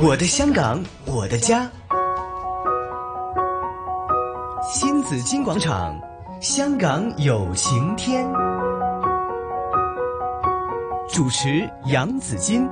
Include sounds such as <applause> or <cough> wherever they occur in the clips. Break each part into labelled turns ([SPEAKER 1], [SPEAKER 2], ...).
[SPEAKER 1] 我的香港，我的家。新紫金广场，香港有晴天。主持杨紫金。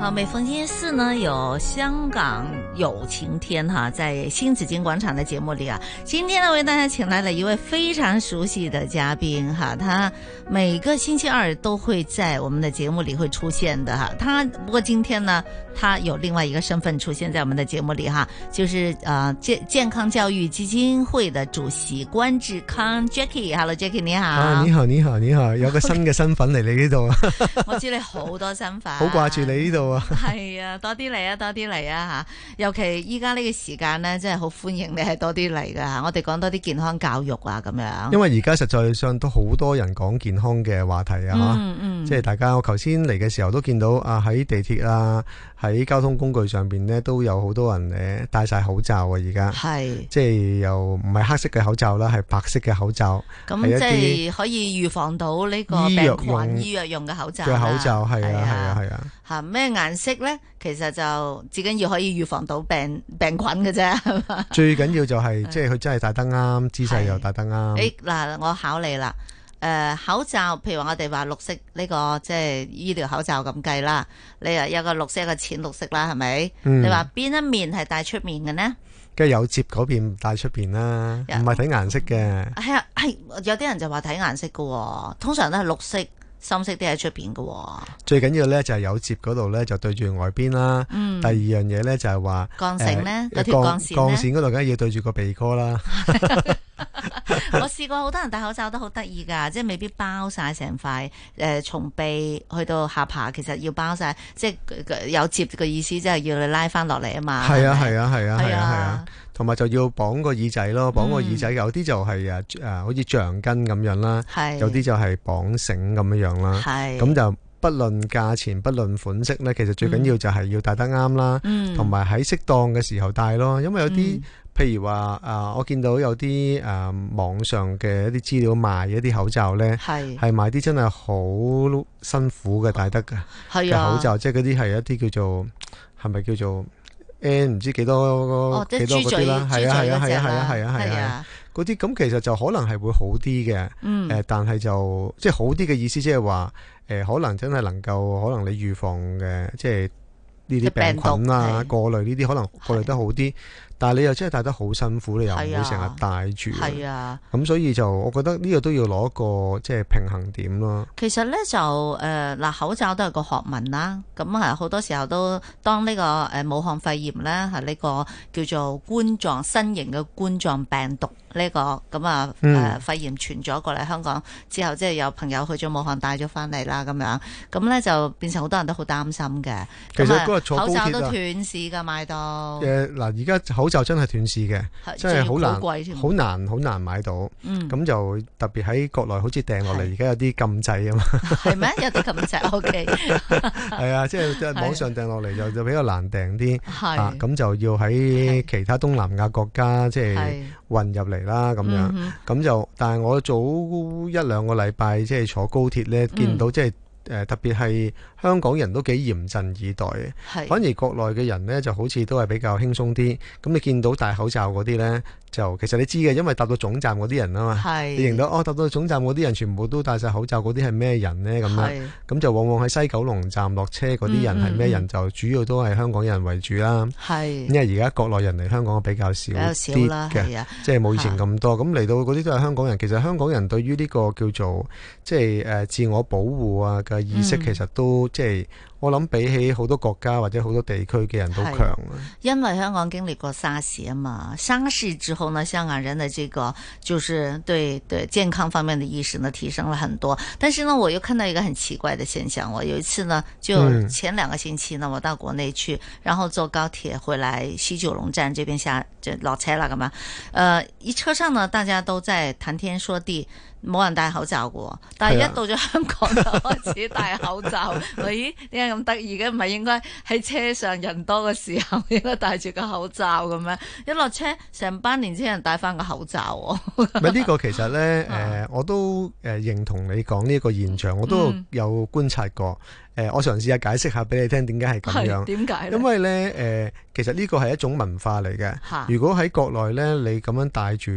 [SPEAKER 2] 好，每逢星期四呢，有香港有晴天哈，在新紫金广场的节目里啊，今天呢为大家请来了一位非常熟悉的嘉宾哈，他每个星期二都会在我们的节目里会出现的哈。他不过今天呢，他有另外一个身份出现在我们的节目里哈，就是呃健健康教育基金会的主席关志康 Jackie，Hello Jackie 你好，
[SPEAKER 3] 啊！你好，你好，你好，有個新嘅身份嚟你呢度
[SPEAKER 2] <laughs>
[SPEAKER 3] 啊，
[SPEAKER 2] 我知你好多身份，
[SPEAKER 3] 好掛住你呢度啊！
[SPEAKER 2] 系啊，多啲嚟啊，多啲嚟啊吓！尤其依家呢個時間咧，真係好歡迎你係多啲嚟噶吓。我哋講多啲健康教育啊，咁樣。
[SPEAKER 3] 因為而家實在上都好多人講健康嘅話題啊，
[SPEAKER 2] 嗯
[SPEAKER 3] 嚇
[SPEAKER 2] 嗯，
[SPEAKER 3] 即係大家我頭先嚟嘅時候都見到啊，喺地鐵啊，喺交通工具上邊呢，都有好多人誒戴晒口罩啊！而
[SPEAKER 2] 嗯
[SPEAKER 3] 家
[SPEAKER 2] 係
[SPEAKER 3] 即係又唔係黑色嘅口罩啦，係白色嘅口罩係
[SPEAKER 2] 咁，
[SPEAKER 3] 一啲
[SPEAKER 2] 即係可以預防到呢個
[SPEAKER 3] 醫
[SPEAKER 2] 病
[SPEAKER 3] 藥
[SPEAKER 2] 菌
[SPEAKER 3] 用
[SPEAKER 2] 醫藥用嘅口罩
[SPEAKER 3] 嘅
[SPEAKER 2] 啦。
[SPEAKER 3] 口罩，係啊，係啊，
[SPEAKER 2] 係
[SPEAKER 3] 係啊，
[SPEAKER 2] 吓咩顏色咧？其實就至緊要可以預防到病病菌嘅啫，
[SPEAKER 3] 嗯
[SPEAKER 2] 係嘛？
[SPEAKER 3] 最緊要就
[SPEAKER 2] <laughs>
[SPEAKER 3] 係即係佢真係戴得啱，姿勢又
[SPEAKER 2] 係
[SPEAKER 3] 戴得啱
[SPEAKER 2] <laughs> 誒，嗱，我考你啦。誒、口罩，譬如話我哋話綠色呢、個即係醫療口罩咁計啦，你又有個綠色，有個淺綠色啦，係咪？
[SPEAKER 3] 嗯
[SPEAKER 2] 你話邊一面係戴出面嘅呢？
[SPEAKER 3] 跟住有接嗰邊戴出邊啦，唔係睇顏色嘅。
[SPEAKER 2] 係啊，係有啲人就話睇顏色嘅喎，通常都係綠色、深色啲喺出邊嘅喎，
[SPEAKER 3] 最緊要咧就係有接嗰度咧就對住外邊啦。
[SPEAKER 2] 嗯
[SPEAKER 3] 第二樣嘢咧就係話
[SPEAKER 2] 鋼繩呢
[SPEAKER 3] 誒
[SPEAKER 2] 嗰條鋼線呢
[SPEAKER 3] 鋼線嗰度梗係要對住個鼻哥啦。
[SPEAKER 2] <laughs> 我試過好多人戴口罩都好得意㗎，即係未必包晒成塊誒、呃從鼻去到下巴，其實要包晒，即係呃有接嘅意思，即係要你拉翻落嚟啊嘛。
[SPEAKER 3] 係啊
[SPEAKER 2] 咪
[SPEAKER 3] 係啊係啊係
[SPEAKER 2] 係
[SPEAKER 3] 啊係啊
[SPEAKER 2] 啊，，
[SPEAKER 3] 同埋就要綁個耳仔咯，綁個
[SPEAKER 2] 嗯
[SPEAKER 3] 耳仔有啲就係誒誒好似橡筋咁樣啦，
[SPEAKER 2] 係
[SPEAKER 3] 有啲就係綁繩咁樣樣啦。
[SPEAKER 2] 係
[SPEAKER 3] 咁就不論價錢，不論款式咧，其實最緊要就係要戴得啱啦。
[SPEAKER 2] 嗯
[SPEAKER 3] 同埋喺適當嘅時候戴咯，因為有啲、
[SPEAKER 2] 嗯
[SPEAKER 3] 譬如話啊、我見到有啲誒、啊網上嘅一啲資料賣一啲口罩呢，
[SPEAKER 2] 嗯係
[SPEAKER 3] 係賣啲真係好辛苦嘅戴得嘅
[SPEAKER 2] 係
[SPEAKER 3] 嘅
[SPEAKER 2] 啊
[SPEAKER 3] 口罩，即係嗰啲係一啲叫做係咪叫做 N 唔知幾多
[SPEAKER 2] 哦，即
[SPEAKER 3] 個幾
[SPEAKER 2] 係
[SPEAKER 3] 多
[SPEAKER 2] 豬
[SPEAKER 3] 嗰
[SPEAKER 2] 嘴
[SPEAKER 3] 啲啦，係啊係啊
[SPEAKER 2] 豬嘴嗰
[SPEAKER 3] 係
[SPEAKER 2] 隻
[SPEAKER 3] 啊係
[SPEAKER 2] 啦
[SPEAKER 3] 啊係啊係
[SPEAKER 2] 係
[SPEAKER 3] 啊，
[SPEAKER 2] 啊，
[SPEAKER 3] 嗰啲咁其實就可能係會好啲嘅。誒、
[SPEAKER 2] 嗯
[SPEAKER 3] 但係就即係好啲嘅意思，即係話誒，可能真係能夠，可能你預防嘅，即係呢
[SPEAKER 2] 即係
[SPEAKER 3] 啲
[SPEAKER 2] 病
[SPEAKER 3] 病
[SPEAKER 2] 毒
[SPEAKER 3] 菌啦、
[SPEAKER 2] 係
[SPEAKER 3] 過濾呢啲，可能過濾得好啲。但係你又真係戴得好辛苦，你又唔
[SPEAKER 2] 係啊
[SPEAKER 3] 會成日戴住。
[SPEAKER 2] 係啊。
[SPEAKER 3] 咁所以就我覺得呢個都要攞一個即係平衡點咯。
[SPEAKER 2] 其實咧就誒嗱、口罩都係個學問啦，咁係好多時候都當呢、個誒、呃武漢肺炎咧係呢個叫做冠狀新型嘅冠狀病毒呢、個咁啊誒
[SPEAKER 3] 嗯
[SPEAKER 2] 肺炎傳咗過嚟香港之後，即係有朋友去咗武漢帶咗翻嚟啦咁樣，咁咧就變成好多人都好擔心嘅。
[SPEAKER 3] 其實
[SPEAKER 2] 咁啊
[SPEAKER 3] 嗰日坐高
[SPEAKER 2] 口
[SPEAKER 3] 鐵啊
[SPEAKER 2] 罩都斷市㗎，賣到
[SPEAKER 3] 誒嗱、而家口罩真係斷市嘅，
[SPEAKER 2] 係
[SPEAKER 3] 真係好
[SPEAKER 2] 仲要
[SPEAKER 3] 難
[SPEAKER 2] 貴添，
[SPEAKER 3] 好難好難買到。咁、
[SPEAKER 2] 嗯
[SPEAKER 3] 就特別喺國內好似訂落嚟，
[SPEAKER 2] 係
[SPEAKER 3] 而家有啲禁制
[SPEAKER 2] <laughs>
[SPEAKER 3] 啊嘛。
[SPEAKER 2] 係咩？有啲咁滯 OK
[SPEAKER 3] 係啊，即係即係網上訂落嚟就就比較難訂啲。 <laughs> 啊，
[SPEAKER 2] 係
[SPEAKER 3] 咁就要喺其他東南亞國家即係
[SPEAKER 2] 係
[SPEAKER 3] 運入嚟啦，咁
[SPEAKER 2] 嗯
[SPEAKER 3] 樣
[SPEAKER 2] 哼
[SPEAKER 3] 咁就，但係我早一兩個禮拜即係坐高鐵
[SPEAKER 2] 嗯
[SPEAKER 3] 呢，見到即係誒特別係香港人都幾嚴陣以待嘅，
[SPEAKER 2] 係
[SPEAKER 3] 反而國內嘅人呢就好似都係比較輕鬆啲。咁你見到戴口罩嗰啲呢，就其實你知嘅，因為搭到總站嗰啲人啊嘛，
[SPEAKER 2] 係
[SPEAKER 3] 你認到哦，搭到總站嗰啲人全部都戴晒口罩，嗰啲係咩人呢？咁樣。
[SPEAKER 2] 係
[SPEAKER 3] 咁就往往喺西九龍站落車嗰啲人係咩
[SPEAKER 2] 嗯嗯
[SPEAKER 3] 人，就主要都係香港人為主啦。
[SPEAKER 2] 係
[SPEAKER 3] 因。為而家國內人嚟香港比較少
[SPEAKER 2] 比較少
[SPEAKER 3] 啲
[SPEAKER 2] 啦，
[SPEAKER 3] 嘅，
[SPEAKER 2] 係啊，
[SPEAKER 3] 即係冇以前咁多。咁嚟到嗰啲都係香港人，其實香港人對於呢個叫做即係誒自我保護啊嘅意識，
[SPEAKER 2] 嗯
[SPEAKER 3] 其實都即係我諗比起好多國家或者好多地區嘅人都強
[SPEAKER 2] <laughs>
[SPEAKER 3] 啊。
[SPEAKER 2] 因為香港經歷過沙士啊嘛，沙士之後呢，香港人的這個就是對對健康方面的意識呢提升了很多。但是呢，我又看到一个很奇怪的现象，我有一次呢，就
[SPEAKER 3] 嗯
[SPEAKER 2] 前两个星期呢，我到国内去，然后坐高铁回来西九龙站这边下就落车啦，干嘛？呃，一车上呢，大家都在谈天说地。冇人戴口罩嘅喎，但係
[SPEAKER 3] 係啊
[SPEAKER 2] 一到咗香港就開始戴口罩。咦，點解咁得意嘅？唔係應該喺車上人多嘅時候應該戴住個口罩嘅咩？一落車成班年輕人戴翻個口罩喎。
[SPEAKER 3] 咪呢呃個其實
[SPEAKER 2] <laughs> 啊嗯
[SPEAKER 3] 呢，誒、我都誒認同你講呢一個現象，我都有觀察過。誒、誒，我嘗試下解釋下俾你聽點解係咁
[SPEAKER 2] 係啊
[SPEAKER 3] 樣。
[SPEAKER 2] 點解咧？
[SPEAKER 3] 因為咧誒、其實呢個係一種文化嚟嘅。
[SPEAKER 2] 嚇，
[SPEAKER 3] 如果喺國內咧，你咁樣戴住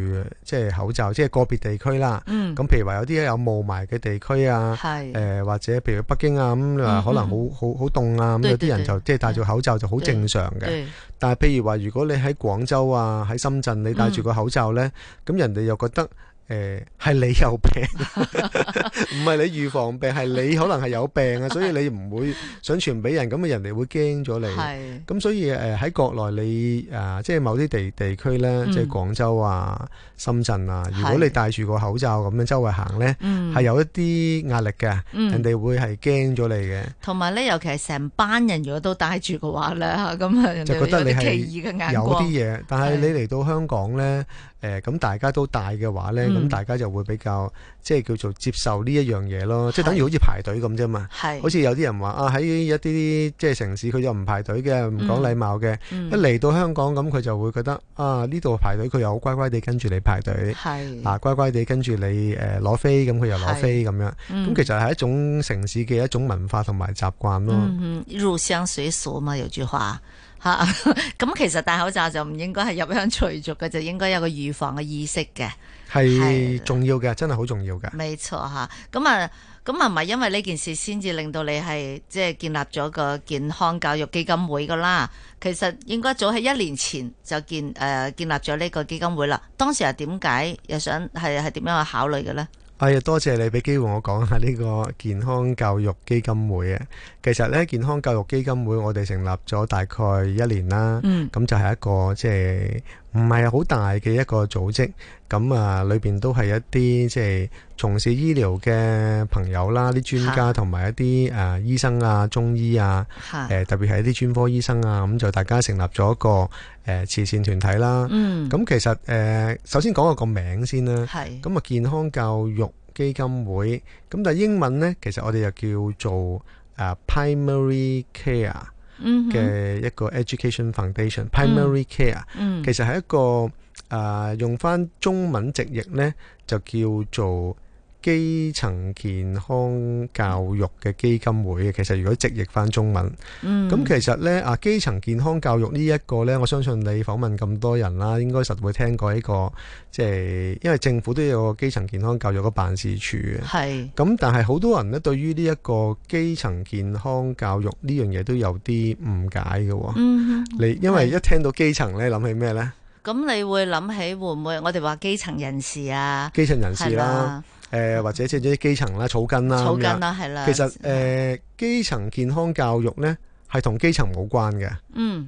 [SPEAKER 3] 即係口罩，即係個別地區啦。
[SPEAKER 2] 嗯，
[SPEAKER 3] 咁譬如話有啲有霧霾嘅地區啊，
[SPEAKER 2] 係嗯
[SPEAKER 3] 誒、或者譬如北京啊，咁你話可能好好好凍啊，咁
[SPEAKER 2] 對
[SPEAKER 3] 有
[SPEAKER 2] 對
[SPEAKER 3] 啲人就即係戴住口罩就好正常嘅。
[SPEAKER 2] 對
[SPEAKER 3] 但係譬如話，如果你喺廣州啊，喺深圳，你戴住個口罩呢，
[SPEAKER 2] 嗯
[SPEAKER 3] 咁、人哋又覺得。誒係你有病， <laughs> 唔係你預防病，係你可能係有病啊，所以你唔會想傳俾人，咁啊人哋會驚咗你。
[SPEAKER 2] 係
[SPEAKER 3] 咁所以誒喺國內你誒、呃即係某啲地地區咧，
[SPEAKER 2] 嗯
[SPEAKER 3] 即係廣州啊、深圳啊，如果
[SPEAKER 2] 係
[SPEAKER 3] 你戴住個口罩咁樣周圍行咧，
[SPEAKER 2] 嗯
[SPEAKER 3] 係有一啲壓力嘅，人
[SPEAKER 2] 嗯，
[SPEAKER 3] 哋會係驚咗你嘅，
[SPEAKER 2] 同埋咧，尤其係成班人如果都戴住嘅話咧，嚇咁啊，人哋
[SPEAKER 3] 就覺得你係
[SPEAKER 2] 有啲奇異嘅眼
[SPEAKER 3] 有啲
[SPEAKER 2] 光，
[SPEAKER 3] 嘢。但係
[SPEAKER 2] 係
[SPEAKER 3] 你嚟到香港咧，誒、咁大家都戴嘅話咧，咁、
[SPEAKER 2] 嗯
[SPEAKER 3] 大家就會比較即係叫做接受呢一樣嘢咯，即係
[SPEAKER 2] 係
[SPEAKER 3] 等於好似排隊咁啫嘛。
[SPEAKER 2] 係
[SPEAKER 3] 好似有啲人話啊，喺一啲即係城市佢又唔排隊嘅，唔講
[SPEAKER 2] 嗯
[SPEAKER 3] 禮貌嘅。一
[SPEAKER 2] 嗯
[SPEAKER 3] 嚟到香港咁，佢就會覺得啊，呢度排隊佢又好乖乖地跟住你排隊，
[SPEAKER 2] 係
[SPEAKER 3] 啊乖乖地跟住你誒攞飛，咁佢又攞飛咁樣。咁
[SPEAKER 2] 咁
[SPEAKER 3] 其實係一種城市嘅一種文化同埋習慣咯。
[SPEAKER 2] 嗯嗯哼，入鄉隨俗嘛，有句話吓。 <laughs> 咁其實戴口罩就唔應該係入鄉隨俗嘅，就應該有個預防嘅意識嘅。
[SPEAKER 3] 係
[SPEAKER 2] 係
[SPEAKER 3] 重要嘅，真係好重要嘅。
[SPEAKER 2] 冇錯吓，咁啊，咁啊，唔係因為呢件事先至令到你係即係建立咗個健康教育基金會噶啦。其實應該早喺一年前就建誒、呃建立咗呢個基金會啦。當時係點解又想係係點樣去考慮嘅咧？
[SPEAKER 3] 哎呀，多謝你俾機會我講下呢個健康教育基金會啊。其實呢，健康教育基金會我哋成立咗大概一年啦。
[SPEAKER 2] 嗯
[SPEAKER 3] 咁就係一個即係唔係好大嘅一個組織，咁啊裏邊都係一啲即係從事醫療嘅朋友啦，啲專家同埋一啲誒、呃、醫生啊、中醫啊，
[SPEAKER 2] 吓
[SPEAKER 3] 誒、，特別係一啲專科醫生啊，咁就大家成立咗一個誒、呃慈善團體啦。
[SPEAKER 2] 嗯，
[SPEAKER 3] 咁、其實誒、呃首先講下個名先啦，
[SPEAKER 2] 係
[SPEAKER 3] 咁啊健康教育基金會，咁但係英文呢，其實我哋就叫做誒 primary care。
[SPEAKER 2] 嗯哼
[SPEAKER 3] 嘅一個 education foundation primary care，、
[SPEAKER 2] 嗯
[SPEAKER 3] 其實係一個啊、用翻中文直譯呢，就叫做基層健康教育嘅基金會嘅。其實如果直譯翻中文，
[SPEAKER 2] 嗯
[SPEAKER 3] 咁、其實呢，啊基層健康教育呢一個呢，我相信你訪問咁多人啦，應該實會聽過呢、個即係因為政府都有個基層健康教育嘅辦事處嘅。
[SPEAKER 2] 係
[SPEAKER 3] 咁但係好多人咧，對於呢一個基層健康教育呢樣嘢都有啲誤解嘅喎、
[SPEAKER 2] 嗯哼。
[SPEAKER 3] 你因為
[SPEAKER 2] 係
[SPEAKER 3] 一聽到基層咧，諗起咩呢？
[SPEAKER 2] 咁你會諗起會唔會我哋話基層人士啊，
[SPEAKER 3] 基層人士
[SPEAKER 2] 係
[SPEAKER 3] 啦，
[SPEAKER 2] 啦，嗯
[SPEAKER 3] 誒、或者即係啲基層啦、草根啦
[SPEAKER 2] 草
[SPEAKER 3] 咁樣
[SPEAKER 2] 根啦，係啦。
[SPEAKER 3] 其實誒、呃基層健康教育呢係同基層冇關嘅， <laughs>
[SPEAKER 2] 嗯，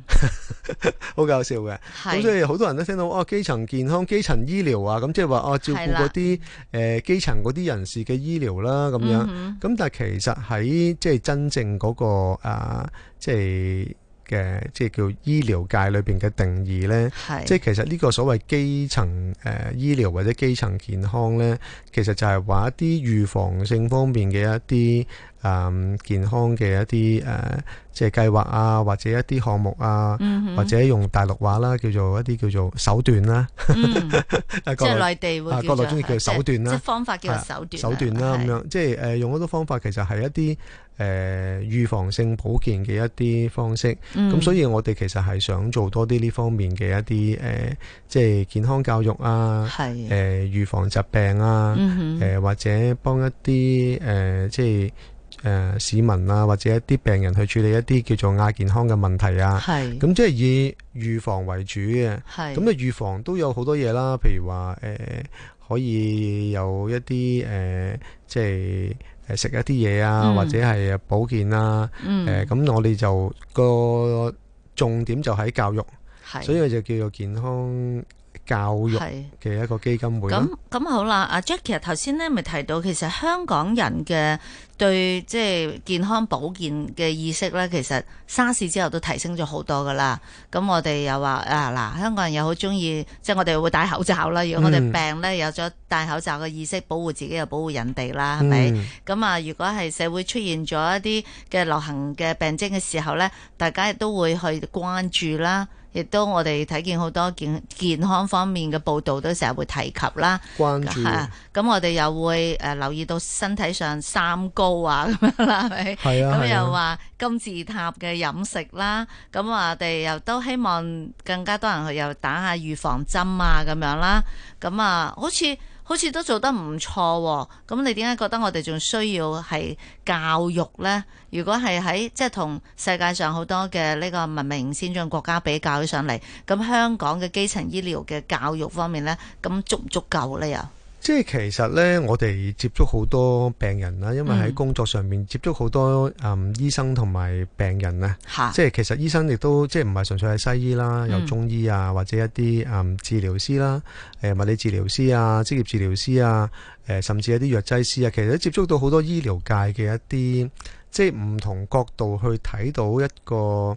[SPEAKER 3] 好搞笑嘅。咁所
[SPEAKER 2] 係
[SPEAKER 3] 以好多人都聽到哦，基層健康、基層醫療啊，咁即係話哦，照
[SPEAKER 2] 係
[SPEAKER 3] 顧
[SPEAKER 2] 啦
[SPEAKER 3] 嗰啲誒基層嗰啲人士嘅醫療啦，咁樣。
[SPEAKER 2] 嗯
[SPEAKER 3] 咁但係其實喺即係真正嗰、個啊，即係嘅即係叫醫療界裏邊嘅定義呢，
[SPEAKER 2] 哼係
[SPEAKER 3] 即係其實呢個所謂基層誒、呃、醫療或者基層健康呢，其實就係話一啲預防性方面嘅一啲誒、嗯健康嘅一啲誒、呃即係計劃啊，或者一啲項目啊。
[SPEAKER 2] 嗯哼
[SPEAKER 3] 或者用大陸話啦，叫做一啲叫做手段啦，
[SPEAKER 2] <laughs> 嗯即係
[SPEAKER 3] 國內
[SPEAKER 2] 內地會
[SPEAKER 3] 啊
[SPEAKER 2] 叫
[SPEAKER 3] 國
[SPEAKER 2] 做
[SPEAKER 3] 內中意叫手段啦
[SPEAKER 2] 即係方法叫做手段啊
[SPEAKER 3] 手段啦咁
[SPEAKER 2] 係
[SPEAKER 3] 樣，即係誒、呃用好多方法，其實係一啲誒、呃、預防性保健嘅一啲方式。咁、
[SPEAKER 2] 嗯
[SPEAKER 3] 所以我哋其實係想做多啲呢方面嘅一啲誒、呃即係健康教育啊，誒、
[SPEAKER 2] 係
[SPEAKER 3] 呃、預防疾病啊，誒、
[SPEAKER 2] 嗯哼
[SPEAKER 3] 或者幫一啲誒、呃即係誒、呃市民啊，或者一啲病人去處理一啲叫做亞健康嘅問題啊。
[SPEAKER 2] 係
[SPEAKER 3] 咁即係以預防為主嘅。
[SPEAKER 2] 係
[SPEAKER 3] 咁你預防都有好多嘢啦，譬如話誒、呃可以有一啲誒、呃即係誒食一啲嘢啊，
[SPEAKER 2] 嗯
[SPEAKER 3] 或者係保健啊，誒、
[SPEAKER 2] 嗯
[SPEAKER 3] 咁、我哋就個重點就喺教育，
[SPEAKER 2] 係
[SPEAKER 3] 所以就叫做健康教育
[SPEAKER 2] 係
[SPEAKER 3] 嘅一個基金會啊啦。
[SPEAKER 2] 咁咁好啦，阿 Jackie 頭先咧咪提到，其實香港人嘅對即係健康保健嘅意識咧，其實沙士之後都提升咗好多噶啦。咁我哋又話啊嗱，香港人又好中意，即係我哋會戴口罩啦。如果我哋
[SPEAKER 3] 嗯
[SPEAKER 2] 病咧有咗戴口罩嘅意識，保護自己又保護人哋啦，係咪？
[SPEAKER 3] 嗯
[SPEAKER 2] 咁啊，如果係社會出現咗一啲嘅流行嘅病徵嘅時候咧，大家亦都會去關注啦。亦都我哋睇見好多健健康方面嘅報道都成日會提及啦。
[SPEAKER 3] 關注
[SPEAKER 2] 嚇咁我哋又會誒留意到身體上三高啊咁樣啦，係咪？
[SPEAKER 3] 係啊，
[SPEAKER 2] 咁
[SPEAKER 3] 係
[SPEAKER 2] 又
[SPEAKER 3] 啊，
[SPEAKER 2] 話金字塔嘅飲食啦，咁啊我哋又都希望更加多人去又打下預防針啊咁樣啦，咁啊好似好似都做得唔錯喎，咁你點解覺得我哋仲需要係教育呢？如果係喺即係同世界上好多嘅呢個文明先進國家比較起上嚟，咁香港嘅基層醫療嘅教育方面呢，咁足唔足夠呢？又
[SPEAKER 3] 即係其實呢，我哋接觸好多病人啦，因為喺
[SPEAKER 2] 嗯
[SPEAKER 3] 工作上面接觸好多嗯醫生同埋病人啊。
[SPEAKER 2] 嚇，
[SPEAKER 3] 即係其實醫生亦都即係唔係純粹係西醫啦，有
[SPEAKER 2] 嗯
[SPEAKER 3] 中醫啊，或者一啲嗯治療師啦，誒、物理治療師啊、職業治療師啊，誒、甚至一啲藥劑師啊，其實都接觸到好多醫療界嘅一啲即係唔同角度去睇到一個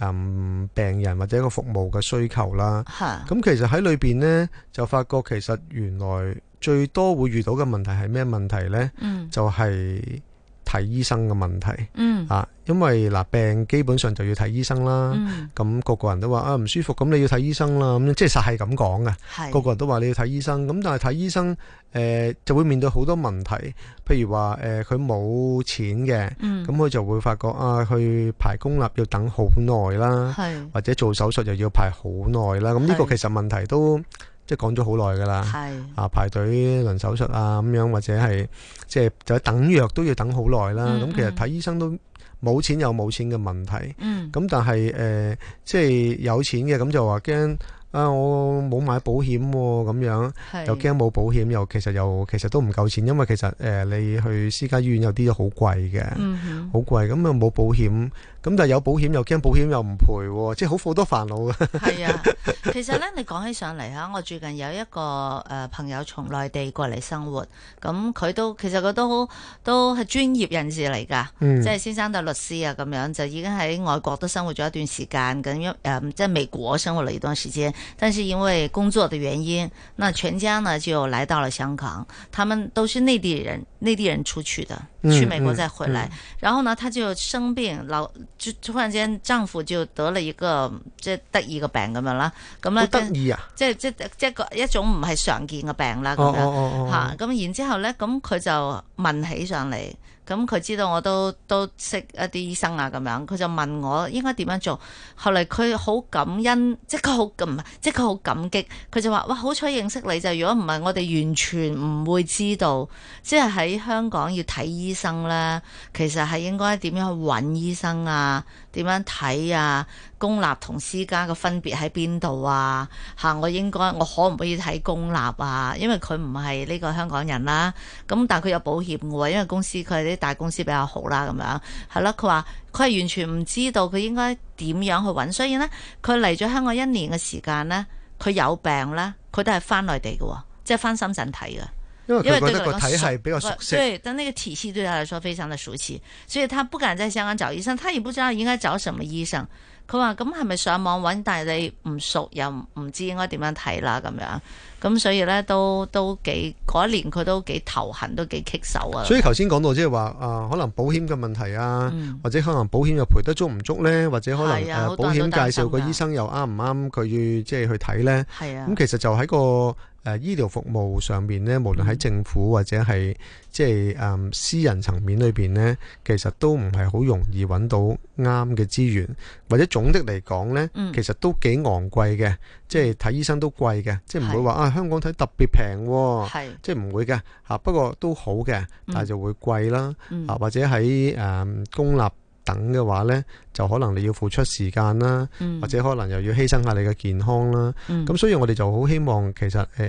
[SPEAKER 3] 嗯病人或者一個服務嘅需求啦。
[SPEAKER 2] 嚇，
[SPEAKER 3] 咁其實喺裏邊呢，就發覺其實原來最多會遇到嘅問題係咩問題呢？
[SPEAKER 2] 嗯
[SPEAKER 3] 就係、睇醫生嘅問題。
[SPEAKER 2] 嗯
[SPEAKER 3] 啊，因為嗱病基本上就要睇醫生啦，
[SPEAKER 2] 嗯，
[SPEAKER 3] 咁、個個人都話啊唔舒服，咁你要睇醫生啦，咁即係實係咁講嘅，
[SPEAKER 2] 係
[SPEAKER 3] 個個人都話你要睇醫生，咁但係睇醫生誒、呃就會面對好多問題，譬如話誒佢冇錢嘅，
[SPEAKER 2] 嗯
[SPEAKER 3] 咁佢就會發覺啊去排公立要等好耐啦，
[SPEAKER 2] 係
[SPEAKER 3] 或者做手術又要排好耐啦，咁呢個
[SPEAKER 2] 係
[SPEAKER 3] 其實問題都即係講咗好耐㗎啦。
[SPEAKER 2] 係。
[SPEAKER 3] 啊排隊輪手術啊咁樣，或者係即係就等藥都要等好耐啦。咁、
[SPEAKER 2] 嗯
[SPEAKER 3] 其實
[SPEAKER 2] 嗯
[SPEAKER 3] 睇醫生都冇錢有冇錢嘅問題。
[SPEAKER 2] 嗯，
[SPEAKER 3] 咁但係誒、呃即係有錢嘅咁就話驚啊，我冇買保險喎、咁樣
[SPEAKER 2] 係
[SPEAKER 3] 又驚冇保險，又其實又其實都唔夠錢，因為其實誒、呃你去私家醫院有啲都好貴嘅。
[SPEAKER 2] 嗯
[SPEAKER 3] 好貴咁啊！冇保險，咁但係有保險又驚保險又唔賠喎，即係好好多煩惱嘅。
[SPEAKER 2] 哼，係啊。其實咧，你講起上嚟啊嚇，我最近有一個誒、呃朋友從內地過嚟生活，咁佢都其實佢都好都係專業人士嚟㗎，
[SPEAKER 3] 嗯
[SPEAKER 2] 即係先生就律師啊咁樣，就已經喺外國都生活咗一段時間，咁因誒在美國生活了一段時間，但是因為工作的原因，那全家呢就來到了香港，他們都是內地人，內地人出去的，
[SPEAKER 3] 嗯
[SPEAKER 2] 去美国
[SPEAKER 3] 嗯
[SPEAKER 2] 再回来，然后呢他就生病，老就突然間丈夫就得了一個即係得意嘅病咁樣啦，咁
[SPEAKER 3] 好
[SPEAKER 2] 咧
[SPEAKER 3] 得
[SPEAKER 2] 跟
[SPEAKER 3] 意啊！
[SPEAKER 2] 即係即係即係個一種唔係常見嘅病啦
[SPEAKER 3] 哦
[SPEAKER 2] 咁
[SPEAKER 3] 哦
[SPEAKER 2] 樣。
[SPEAKER 3] 哦
[SPEAKER 2] 吓
[SPEAKER 3] 哦，
[SPEAKER 2] 咁然之後咧，咁佢就問起上嚟，咁佢知道我都都識一啲醫生啊咁樣，佢就問我應該點樣做。後嚟佢好感恩，即係佢好感，唔係即係佢好感激。佢就話：哇，好彩認識你就，如果唔係我哋完全唔會知道，即係喺香港要睇醫生咧，其實係應該點樣去揾醫生啊，點樣睇啊，公立同私家嘅分別喺邊度啊？嚇，我應該我可唔可以睇公立啊？因為佢唔係呢個香港人啦，咁但係佢有保險嘅喎，因為公司佢係啲大公司比較好啦，咁樣係咯。佢話佢係完全唔知道佢應該點樣去揾，所以呢，佢嚟咗香港一年嘅時間呢，佢有病呢，佢都係翻內地嘅喎，即係翻深圳睇嘅。
[SPEAKER 3] 因為
[SPEAKER 2] 因為
[SPEAKER 3] 佢覺得
[SPEAKER 2] 對佢
[SPEAKER 3] 個
[SPEAKER 2] 嚟講
[SPEAKER 3] 體系比較
[SPEAKER 2] 熟
[SPEAKER 3] 熟悉。
[SPEAKER 2] 对，但那個體系對他來說非常的熟悉，所以他不敢在香港找醫生，他也不知道應該找什麼醫生。佢話：咁係咪上網揾？但係你唔熟又唔知應該點樣睇啦咁樣。咁所以咧都都幾嗰一年佢都幾頭痕，都幾棘手啊。
[SPEAKER 3] 所以頭先講到即係話啊，可能保險嘅問題啊，
[SPEAKER 2] 嗯
[SPEAKER 3] 或者可能保險又賠得足唔足呢？或者可能
[SPEAKER 2] 係
[SPEAKER 3] 誒、
[SPEAKER 2] 啊
[SPEAKER 3] 呃
[SPEAKER 2] 好
[SPEAKER 3] 保
[SPEAKER 2] 多人
[SPEAKER 3] 險
[SPEAKER 2] 都擔
[SPEAKER 3] 介
[SPEAKER 2] 心
[SPEAKER 3] 紹個
[SPEAKER 2] 㗎
[SPEAKER 3] 醫生又啱唔啱佢要即係去睇呢？
[SPEAKER 2] 係啊
[SPEAKER 3] 咁，其實就喺個誒、呃、醫療服務上面呢，無論
[SPEAKER 2] 嗯
[SPEAKER 3] 喺政府或者係即係誒、嗯私人層面裏邊呢，其實都唔係好容易揾到啱嘅資源，或者總的嚟講呢，
[SPEAKER 2] 嗯
[SPEAKER 3] 其實都幾昂貴嘅，即係睇醫生都貴嘅，即係唔會話啊香港睇特別平喎，
[SPEAKER 2] 係
[SPEAKER 3] 即係唔會嘅嚇。不過都好嘅，但係就會貴啦。
[SPEAKER 2] 嗯
[SPEAKER 3] 啊，或者喺誒、嗯公立等嘅話呢，就可能你要付出時間啦，
[SPEAKER 2] 嗯
[SPEAKER 3] 或者可能又要犧牲下你嘅健康啦。
[SPEAKER 2] 嗯
[SPEAKER 3] 咁、所以我哋就好希望其實誒、呃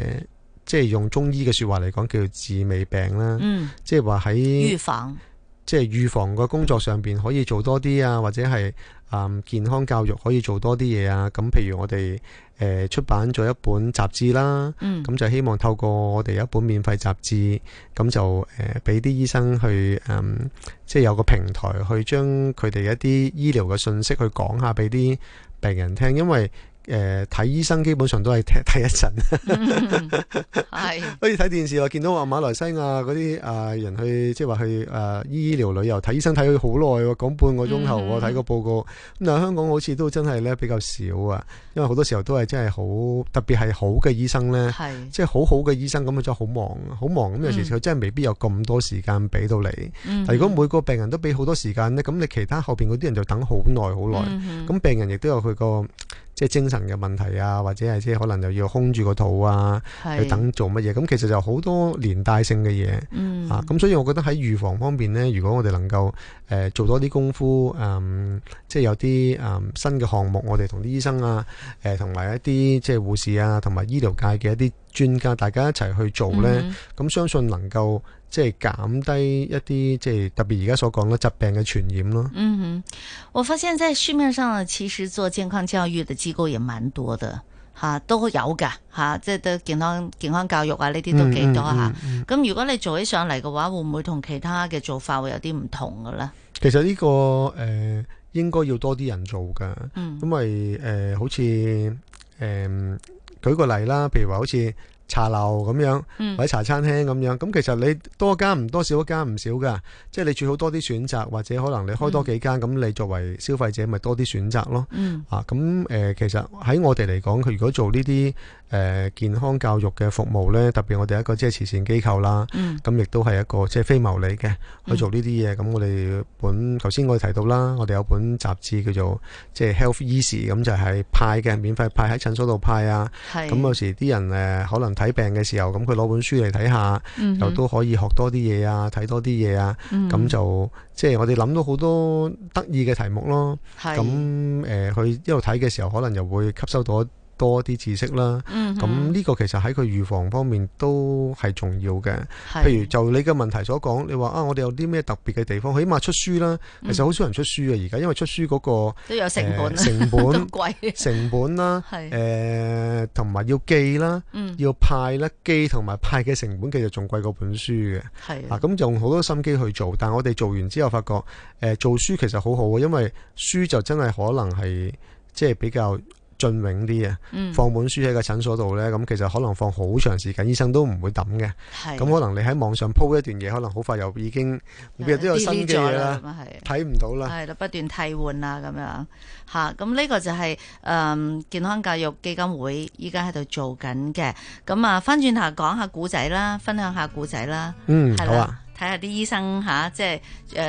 [SPEAKER 3] 即係用中醫嘅説話嚟講，叫做治未病啦。
[SPEAKER 2] 嗯
[SPEAKER 3] 即係話喺
[SPEAKER 2] 預防
[SPEAKER 3] 即係預防嘅工作上邊可以做多啲啊，或者係誒、嗯健康教育可以做多啲嘢啊。咁譬如我哋誒、呃出版咗一本雜誌啦。
[SPEAKER 2] 嗯
[SPEAKER 3] 咁就希望透過我哋有一本免費雜誌，咁就誒俾啲醫生去誒、嗯即係有個平台去將佢哋一啲醫療嘅信息去講下俾啲病人聽，因為誒、誒睇醫生基本上都係睇睇一陣， <laughs>
[SPEAKER 2] 嗯係
[SPEAKER 3] 好似睇電視我見到話馬來西亞嗰啲啊人去即係話去誒醫療旅遊睇醫生睇佢好耐喎，講半個鐘頭
[SPEAKER 2] 嗯
[SPEAKER 3] 喎睇個報告。咁但係香港好似都真係咧比較少啊，因為好多時候都係真係好，特別係好嘅醫生咧。
[SPEAKER 2] 係，
[SPEAKER 3] 即係好好嘅醫生咁，佢真係好忙，啊好忙咁有時
[SPEAKER 2] 嗯
[SPEAKER 3] 佢真係未必有咁多時間俾到你。
[SPEAKER 2] 嗯
[SPEAKER 3] <laughs> 但如果每個病人都俾好多時間呢，咁你其他後邊嗰啲人就等好耐好耐。
[SPEAKER 2] 嗯
[SPEAKER 3] 咁病人亦都有佢個即係精神嘅問題啊，或者係即係可能又要空住個肚啊，
[SPEAKER 2] 係
[SPEAKER 3] 去等做乜嘢？咁其實就好多連帶性嘅嘢。
[SPEAKER 2] 嗯
[SPEAKER 3] 啊，咁所以我覺得喺預防方面呢，如果我哋能夠誒、呃做多啲功夫，嗯，即係有啲嗯新嘅項目，我哋同啲醫生啊，誒同埋一啲即係護士啊，同埋醫療界嘅一啲專家，大家一齊去做呢，
[SPEAKER 2] 嗯
[SPEAKER 3] 咁、相信能夠即係減低一啲即係特別而家所講啦疾病嘅傳染咯。
[SPEAKER 2] 嗯哼，我发现在市面上呢其实做健康教育的机构也蛮多的，吓、都有噶吓、即系都健康健康教育啊呢啲都幾多吓。
[SPEAKER 3] 嗯嗯嗯
[SPEAKER 2] 咁、如果你做起上嚟嘅話，會唔會同其他嘅做法會有啲唔同嘅咧？
[SPEAKER 3] 其實呢、個誒、呃、應該要多啲人做㗎。
[SPEAKER 2] 嗯
[SPEAKER 3] 因為誒、呃好似誒、嗯舉個例啦，譬如話好似茶樓咁樣，
[SPEAKER 2] 嗯
[SPEAKER 3] 或者茶餐廳咁樣，咁其實你多一間唔多，少一間唔少噶，即係你最好多啲選擇，或者可能你開多幾間，咁、你作為消費者咪多啲選擇咯。
[SPEAKER 2] 嗯
[SPEAKER 3] 啊，咁誒、呃其實喺我哋嚟講，佢如果做呢啲誒健康教育嘅服務呢，特別我哋一個即係慈善機構啦，
[SPEAKER 2] 嗯
[SPEAKER 3] 咁亦都係一個即係非牟利嘅
[SPEAKER 2] 嗯
[SPEAKER 3] 去做呢啲嘢。咁、我哋本頭先我哋提到啦，我哋有本雜誌叫做即係 Health Easy，咁就係派嘅，免費派喺診所度派啊。
[SPEAKER 2] 係
[SPEAKER 3] 咁有時啲人誒、呃可能睇病嘅時候，咁佢攞本書嚟睇下，
[SPEAKER 2] 嗯
[SPEAKER 3] 又
[SPEAKER 2] 哼
[SPEAKER 3] 都可以學多啲嘢啊，睇多啲嘢啊。
[SPEAKER 2] 嗯
[SPEAKER 3] 咁、就即係我哋諗到好多得意嘅題目咯。
[SPEAKER 2] 係
[SPEAKER 3] 咁誒，呃佢、一路睇嘅時候，可能又會吸收到多啲知識啦。
[SPEAKER 2] 嗯
[SPEAKER 3] 咁呢個其實喺佢預防方面都係重要嘅。
[SPEAKER 2] 哼
[SPEAKER 3] 譬如就你嘅問題所講，你話啊，我哋有啲咩特別嘅地方？起碼出書啦，其實好少人出書嘅而家，因為出書嗰、個
[SPEAKER 2] 係都有嗯成
[SPEAKER 3] 呃
[SPEAKER 2] 本，
[SPEAKER 3] 成
[SPEAKER 2] 都
[SPEAKER 3] 本、呃
[SPEAKER 2] 貴
[SPEAKER 3] 成本啦，
[SPEAKER 2] <laughs> 係
[SPEAKER 3] 誒同埋要寄啦，
[SPEAKER 2] 嗯
[SPEAKER 3] 要派啦，寄同埋派嘅成本其實仲貴過本書嘅。
[SPEAKER 2] 係
[SPEAKER 3] 啊，
[SPEAKER 2] 啊
[SPEAKER 3] 咁用好多心機去做，但我哋做完之後發覺，誒、做書其實好好嘅，因為書就真係可能係即係比較雋永啲嘅。
[SPEAKER 2] 嗯
[SPEAKER 3] 放本書喺個診所度呢，咁其實可能放好長時間，醫生都唔會抌嘅。
[SPEAKER 2] 係
[SPEAKER 3] 咁可能你喺網上鋪一段嘢，可能好快又已經每日都有新嘅
[SPEAKER 2] delete 咗
[SPEAKER 3] 嘢啦，
[SPEAKER 2] 咁啊係。
[SPEAKER 3] 睇唔到啦。
[SPEAKER 2] 係啦，不斷替換啊，咁樣吓，咁呢個就係嗯健康教育基金會依家喺度做緊嘅。咁啊，翻轉頭講下古仔啦，分享下古仔啦，
[SPEAKER 3] 嗯，
[SPEAKER 2] 係
[SPEAKER 3] 好啊，
[SPEAKER 2] 啦，睇下啲醫生吓、即係诶、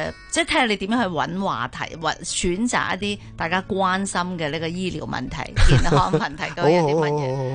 [SPEAKER 2] 呃即係睇下你點樣去揾話題，或選擇一啲大家關心嘅呢個醫療問題、健康問題究
[SPEAKER 3] 好
[SPEAKER 2] 竟有
[SPEAKER 3] 好
[SPEAKER 2] 啲
[SPEAKER 3] 好
[SPEAKER 2] 乜
[SPEAKER 3] 好啊
[SPEAKER 2] 嘢。
[SPEAKER 3] 好好。